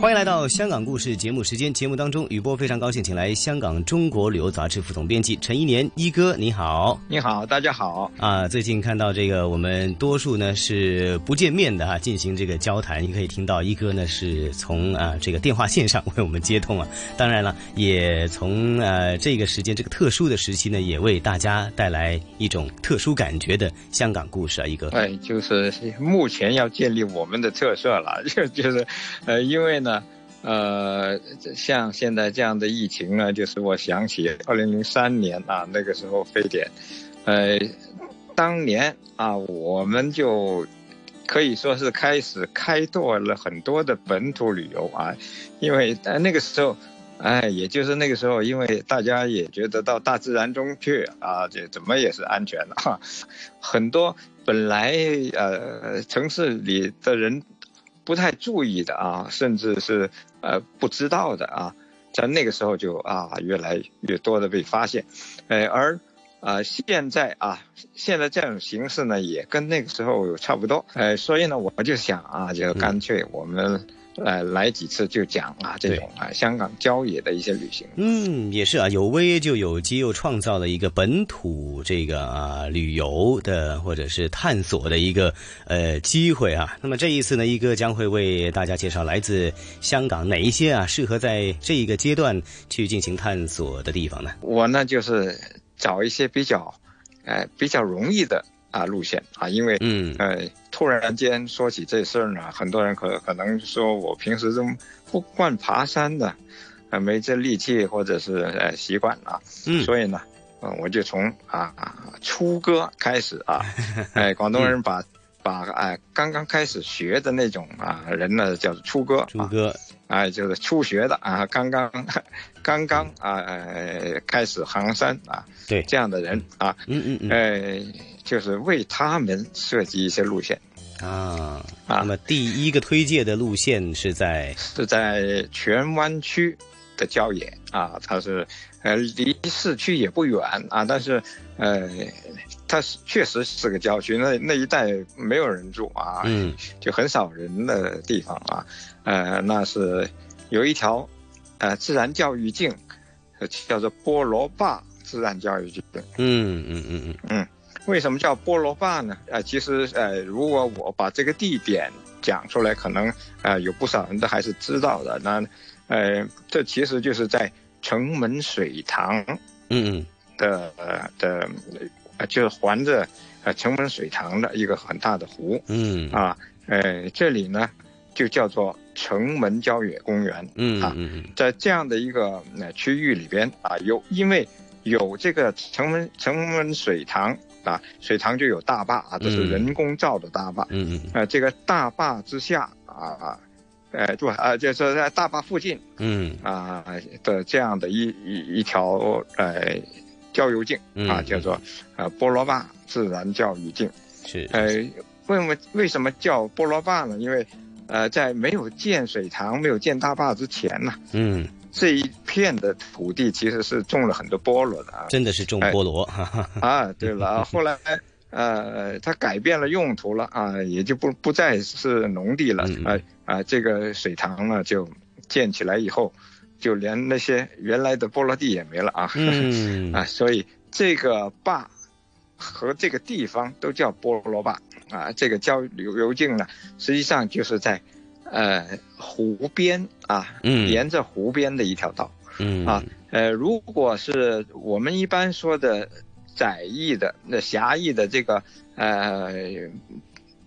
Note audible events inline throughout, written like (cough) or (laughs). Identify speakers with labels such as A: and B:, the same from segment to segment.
A: 欢迎来到《香港故事》节目时间。节目当中，雨波非常高兴，请来香港《中国旅游杂志》副总编辑陈一年一哥，你好
B: 你好，大家好。
A: 啊！最近看到这个，我们多数呢是不见面的哈、进行这个交谈。你可以听到一哥呢是从啊这个电话线上为我们接通啊，当然了，也从呃这个时间这个特殊的时期呢，也为大家带来一种特殊感觉的香港故事啊，一哥。
B: 哎，就是目前要建立我们的特色了， (laughs) 就就是，呃，因为呢，呃，像现在这样的疫情呢，就是我想起二零零三年啊，那个时候非典，呃，当年啊，我们就可以说是开始开拓了很多的本土旅游啊，因为呃那个时候。哎，也就是那个时候，因为大家也觉得到大自然中去啊，这怎么也是安全的、哈。很多本来呃城市里的人不太注意的啊，甚至是呃不知道的啊，在那个时候就啊越来越多的被发现，呃而。啊、现在啊，现在这种形式呢，也跟那个时候差不多。呃，所以呢，我就想啊，就干脆我们呃来几次就讲啊这种啊香港郊野的一些旅行。
A: 嗯，也是啊，有危就有机，又创造了一个本土这个啊旅游的或者是探索的一个呃机会啊。那么这一次呢，一哥将会为大家介绍来自香港哪一些啊适合在这一个阶段去进行探索的地方呢？
B: 我呢就是找一些比较，呃，比较容易的啊路线啊，因为
A: 嗯
B: 呃，突然间说起这事儿呢，很多人可可能说我平时都不惯爬山的，呃，没这力气或者是呃习惯啊，
A: 嗯，
B: 所以呢，呃，我就从啊啊初歌开始啊，哎、广东人把。把哎、刚刚开始学的那种啊人呢，叫做初歌
A: 朱
B: 啊，
A: 哥，
B: 哎，就是初学的啊，刚刚刚刚啊、呃开始行山啊，
A: 对
B: 这样的人啊，
A: 嗯嗯嗯
B: 呃，就是为他们设计一些路线，
A: 啊。
B: 啊
A: 那么第一个推介的路线是在
B: 是在荃湾区的郊野啊，它是呃离市区也不远啊，但是呃，它是确实是个郊区，那那一带没有人住啊，
A: 嗯
B: 就很少人的地方啊，呃，那是有一条呃自然教育径，呃叫做波罗坝自然教育径。
A: 嗯嗯嗯嗯
B: 为什么叫波罗坝呢？呃，其实呃，如果我把这个地点讲出来，可能呃有不少人都还是知道的。那呃，这其实就是在城门水塘
A: 嗯
B: 的呃的，呃就是环着呃城门水塘的一个很大的湖。
A: 嗯嗯
B: 啊，呃，这里呢就叫做城门郊野公园。
A: 嗯
B: 啊
A: 嗯嗯
B: 在这样的一个呃区域里边啊，有因为有这个城门城门水塘啊，水塘就有大坝啊，这是
A: 嗯
B: 人工造的大坝。
A: 嗯嗯
B: 呃，这个大坝之下啊啊，呃，就啊，就是在大坝附近
A: 嗯
B: 啊的这样的一一一条呃郊游径
A: 嗯
B: 啊，叫做呃波罗坝自然教育径。
A: 是
B: 呃，为什么为什么叫波罗坝呢？因为，呃，在没有建水塘、没有建大坝之前呢，
A: 嗯
B: 这一片的土地其实是种了很多菠萝的
A: (laughs)
B: 啊。
A: 真的是种菠萝哈哈。
B: 啊，对了啊，后来。呃，它改变了用途了啊，也就不不再是农地了
A: 嗯嗯
B: 啊啊！这个水塘呢，就建起来以后，就连那些原来的菠萝地也没了啊。
A: 嗯
B: 啊，所以这个坝和这个地方都叫波罗坝啊。这个交流流径呢，实际上就是在呃湖边啊，
A: 嗯
B: 沿着湖边的一条道。
A: 嗯
B: 啊呃，如果是我们一般说的窄义的、那狭义的这个呃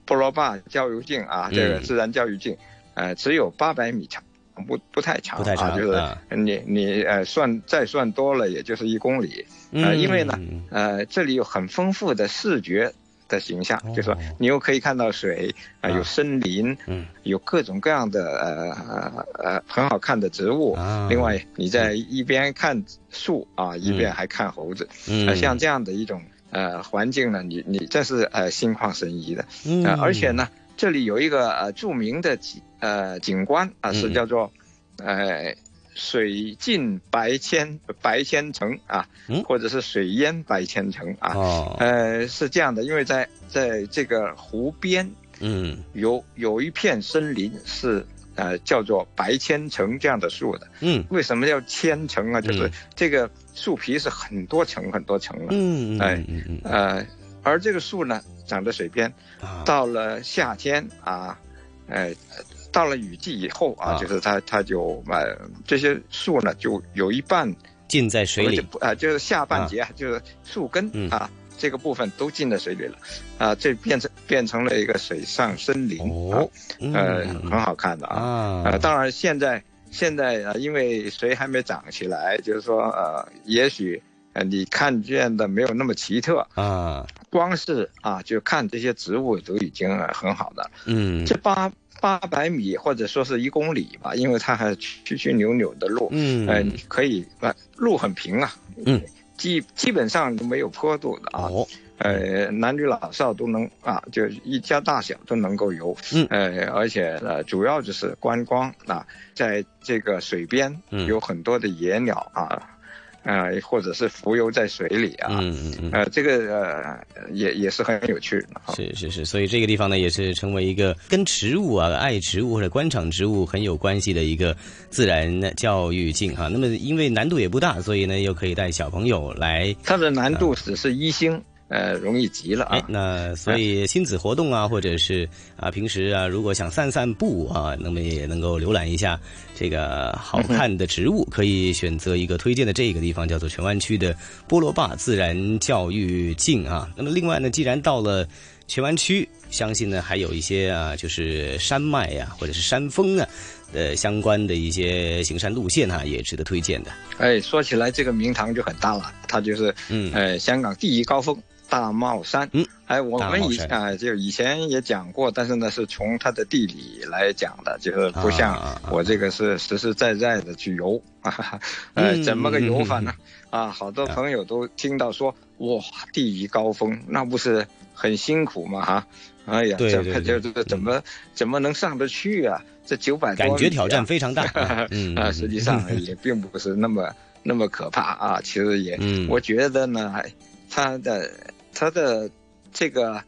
B: 波罗坝教育径啊，这个
A: 嗯
B: 自然教育径，呃，只有八百米长，不不太长，
A: 不太
B: 啊，
A: 长
B: 就是
A: 啊
B: 你你呃算再算多了，也就是一公里。
A: 嗯，
B: 因为呢呃，这里有很丰富的视觉的形象，
A: 哦
B: 就是说你又可以看到水，啊、
A: 啊
B: 有森林，
A: 嗯
B: 有各种各样的呃呃呃很好看的植物。
A: 啊，
B: 另外，你在一边看树啊，一边还看猴子，
A: 嗯
B: 呃像这样的一种呃环境呢，你你这是呃心旷神怡的，
A: 嗯
B: 呃，而且呢，这里有一个呃著名的景呃景观啊、
A: 嗯
B: 是叫做呃水浸白千白千城啊
A: 嗯，
B: 或者是水淹白千城啊，
A: 哦，
B: 呃是这样的，因为在在这个湖边
A: 嗯
B: 有有一片森林是呃叫做白千层这样的树的。
A: 嗯
B: 为什么叫千层啊？就是
A: 嗯
B: 这个树皮是很多层很多层的。
A: 嗯嗯
B: 哎
A: 嗯嗯
B: 呃，而这个树呢，长在水边，
A: 啊
B: 到了夏天啊，呃，到了雨季以后啊，
A: 啊
B: 就是它它就呃这些树呢就有一半
A: 浸在水里
B: 就不啊、就是下半截啊，就是树根
A: 嗯
B: 啊。这个部分都浸在水里了，啊，这变成变成了一个水上森林，啊
A: 哦，嗯
B: 呃，
A: 嗯
B: 很好看的啊。
A: 啊
B: 呃，当然现在现在呃，因为水还没长起来，就是说呃，也许呃你看见的没有那么奇特，
A: 啊
B: 光是啊就看这些植物都已经、呃、很好的了。
A: 嗯
B: 这八八百米或者说是一公里吧，因为它还曲曲扭扭的路，
A: 嗯
B: 呃，你可以呃路很平啊，
A: 嗯，
B: 基基本上没有坡度的啊，
A: 哦
B: 呃，男女老少都能啊，就是一家大小都能够游。
A: 嗯
B: 呃，而且呃，主要就是观光啊，在这个水边
A: 嗯
B: 有很多的野鸟啊，呃，或者是浮游在水里啊，
A: 嗯嗯嗯
B: 呃，这个呃也也是很有趣的啊。
A: 是是是，所以这个地方呢，也是成为一个跟植物啊、爱植物或者观赏植物很有关系的一个自然的教育境哈。那么因为难度也不大，所以呢，又可以带小朋友来。
B: 它的难
A: 嗯
B: 度只是一星，呃，容易极了
A: 哎
B: 啊，。
A: 那所以亲子活动啊，或者是啊平时啊，如果想散散步啊，那么也能够浏览一下这个好看的植物，可以选择一个推荐的这个地方，叫做荃湾区的波罗坝自然教育径啊。那么另外呢，既然到了荃湾区，相信呢还有一些啊，就是山脉呀、或者是山峰啊，呃相关的一些行山路线啊，也值得推荐的。
B: 哎，说起来这个名堂就很大了，它就是
A: 嗯
B: 呃，香港第一高峰大帽山。
A: 嗯，
B: 哎，我
A: 大
B: 们
A: 帽
B: 以
A: 山
B: 啊、就以前也讲过，但是呢是从它的地理来讲的，就是哎不像
A: 啊啊啊
B: 我这个是实实在在的去游 (laughs) 啊哈哈。呃，
A: 嗯
B: 怎么个游法
A: (laughs)
B: 呢？啊，好多朋友都听到说，哇，第一高峰那不是很辛苦吗？哈、哎呀，
A: 对
B: 这
A: 对
B: 这
A: 对嗯
B: 这怎么怎么能上得去啊？这九百
A: 感觉挑战非常
B: (laughs)
A: 大。啊嗯
B: 啊，实
A: (laughs)
B: 际上也并不是那么那么可怕啊。其实也，
A: 嗯
B: 我觉得呢，它的它的这个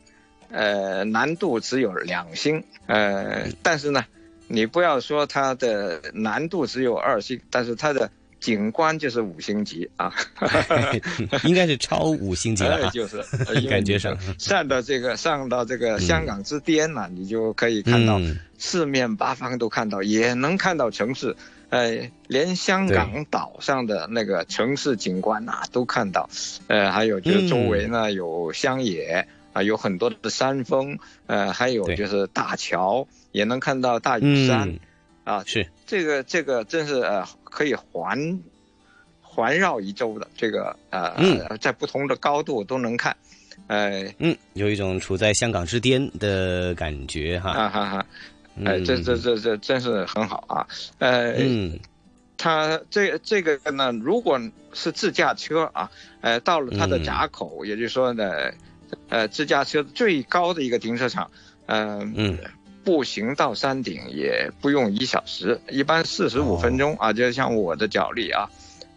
B: 呃难度只有两星，呃，
A: 嗯
B: 但是呢，你不要说它的难度只有二星，但是它的景观就是五星级啊。
A: (laughs) 应该是超五星级了
B: 哎
A: (laughs) 啊。
B: (laughs) 就是呃因为
A: 感觉
B: 你
A: 上
B: 上到这个上到这个香港之巅呐、你就可以看到
A: 嗯
B: 四面八方都看到，也能看到城市，呃，连香港岛上的那个城市景观呐、啊都看到，呃，还有就是周围呢、
A: 嗯
B: 有乡野啊、有很多的山峰，呃，还有
A: 对
B: 就是大桥，也能看到大屿山、
A: 嗯，
B: 啊，
A: 是
B: 这个这个真是呃可以环环绕一周的，这个呃、
A: 嗯
B: 在不同的高度都能看，呃
A: 嗯，有一种处在香港之巅的感觉哈。
B: 啊哈哈，
A: 嗯
B: 哎、这这这这真是很好啊，呃，
A: 嗯
B: 它这这个呢，如果是自驾车啊，呃，到了它的
A: 嗯
B: 闸口，也就是说呢，呃，自驾车最高的一个停车场，嗯、
A: 嗯
B: 步行到山顶也不用一小时，一般四十五
A: 哦
B: 分钟啊，就像我的脚力啊，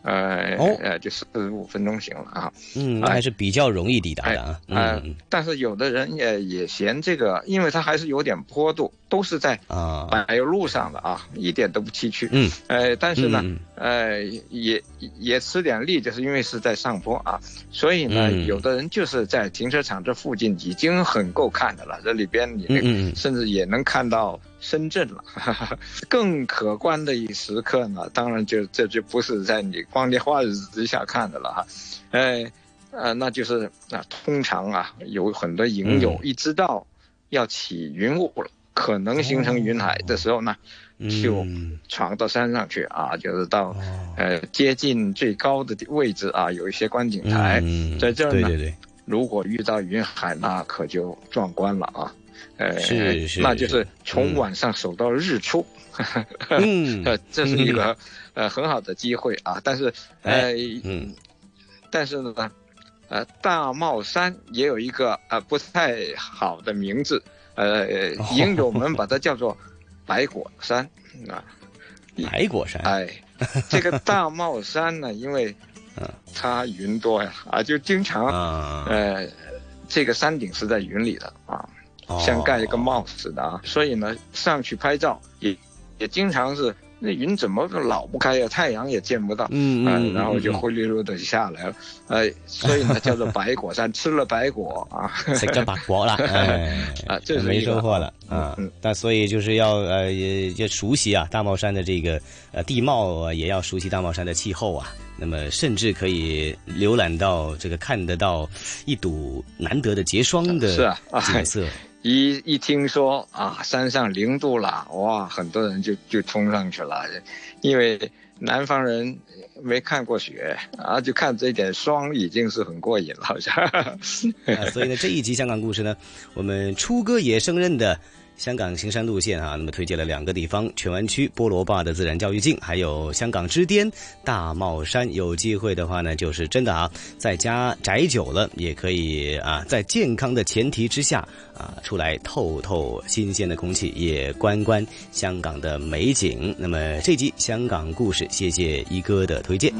B: 呃、
A: 哦
B: 呃，就四十五分钟行了啊。
A: 嗯，那还是比较容易抵达的啊。
B: 呃
A: 嗯
B: 但是有的人也也嫌这个，因为它还是有点坡度，都是在
A: 啊，
B: 柏油路上的啊，一点都不崎岖。
A: 嗯，
B: 呃，哎但是呢，
A: 嗯
B: 呃，也也吃点力，就是因为是在上坡啊，所以呢，
A: 嗯
B: 有的人就是在停车场这附近已经很够看的了，这里边你
A: 嗯嗯
B: 甚至也能看到深圳了。 (laughs) 哈哈，更可观的一时刻呢，当然就这就不是在你光天化日之下看的了哈，呃呃，那就是啊、通常啊有很多影友
A: 嗯
B: 一知道要起云雾了，可能形成云海的时候呢，
A: 嗯，
B: 就
A: 嗯
B: 闯到山上去啊，就是到
A: 哦
B: 呃接近最高的位置啊，有一些观景台，
A: 嗯
B: 在这儿
A: 对
B: 呢
A: 对
B: (laughs)
A: 对，
B: 如果遇到云海，那可就壮观了啊。呃，
A: 是是
B: 那就是是从晚上守到日出，
A: 嗯 (laughs)
B: 呃，这是一
A: 哎
B: 个呃很好的机会啊。但是呃，
A: 嗯
B: 但是呢，呃大帽山也有一个呃不太好的名字，呃
A: 哦
B: 营友们把它叫做白果山啊，
A: 白果山，
B: 哎，这个大帽山呢，因为
A: (laughs) 嗯
B: 它云多呀啊，就经常
A: 啊，
B: 呃这个山顶是在云里的啊，
A: 哦
B: 像盖一个帽似的啊。所以呢，上去拍照也也经常是那云怎么老不开呀、太阳也见不到。
A: 嗯，嗯
B: 啊
A: 嗯，
B: 然后就
A: 嗯
B: 灰溜溜的下来了，呃，所以呢叫做白果山， (laughs) 吃了白果啊，
A: 嗯食咗白果
B: (laughs)
A: 啦，哎
B: 啊这是
A: 没
B: 一个
A: 收获了啊
B: 嗯。
A: 那所以就是要呃也也熟悉啊大帽山的这个呃地貌啊，也要熟悉大帽山的气候啊。那么甚至可以浏览到这个看得到一睹难得的结霜的
B: 是啊啊
A: 景色，
B: 一一听说啊山上零度了，哇，很多人就就冲上去了，因为南方人没看过雪啊，就看这点霜已经是很过瘾了，好像。
A: (laughs) 啊，所以呢，这一集香港故事呢，我们初哥也升任的香港行山路线啊，那么推荐了两个地方：荃湾区波罗坝的自然教育径，还有香港之巅大帽山。有机会的话呢，就是真的啊，在家宅久了，也可以啊，在健康的前提之下啊，出来透透新鲜的空气，也观观香港的美景。那么这集香港故事，谢谢一哥的推荐。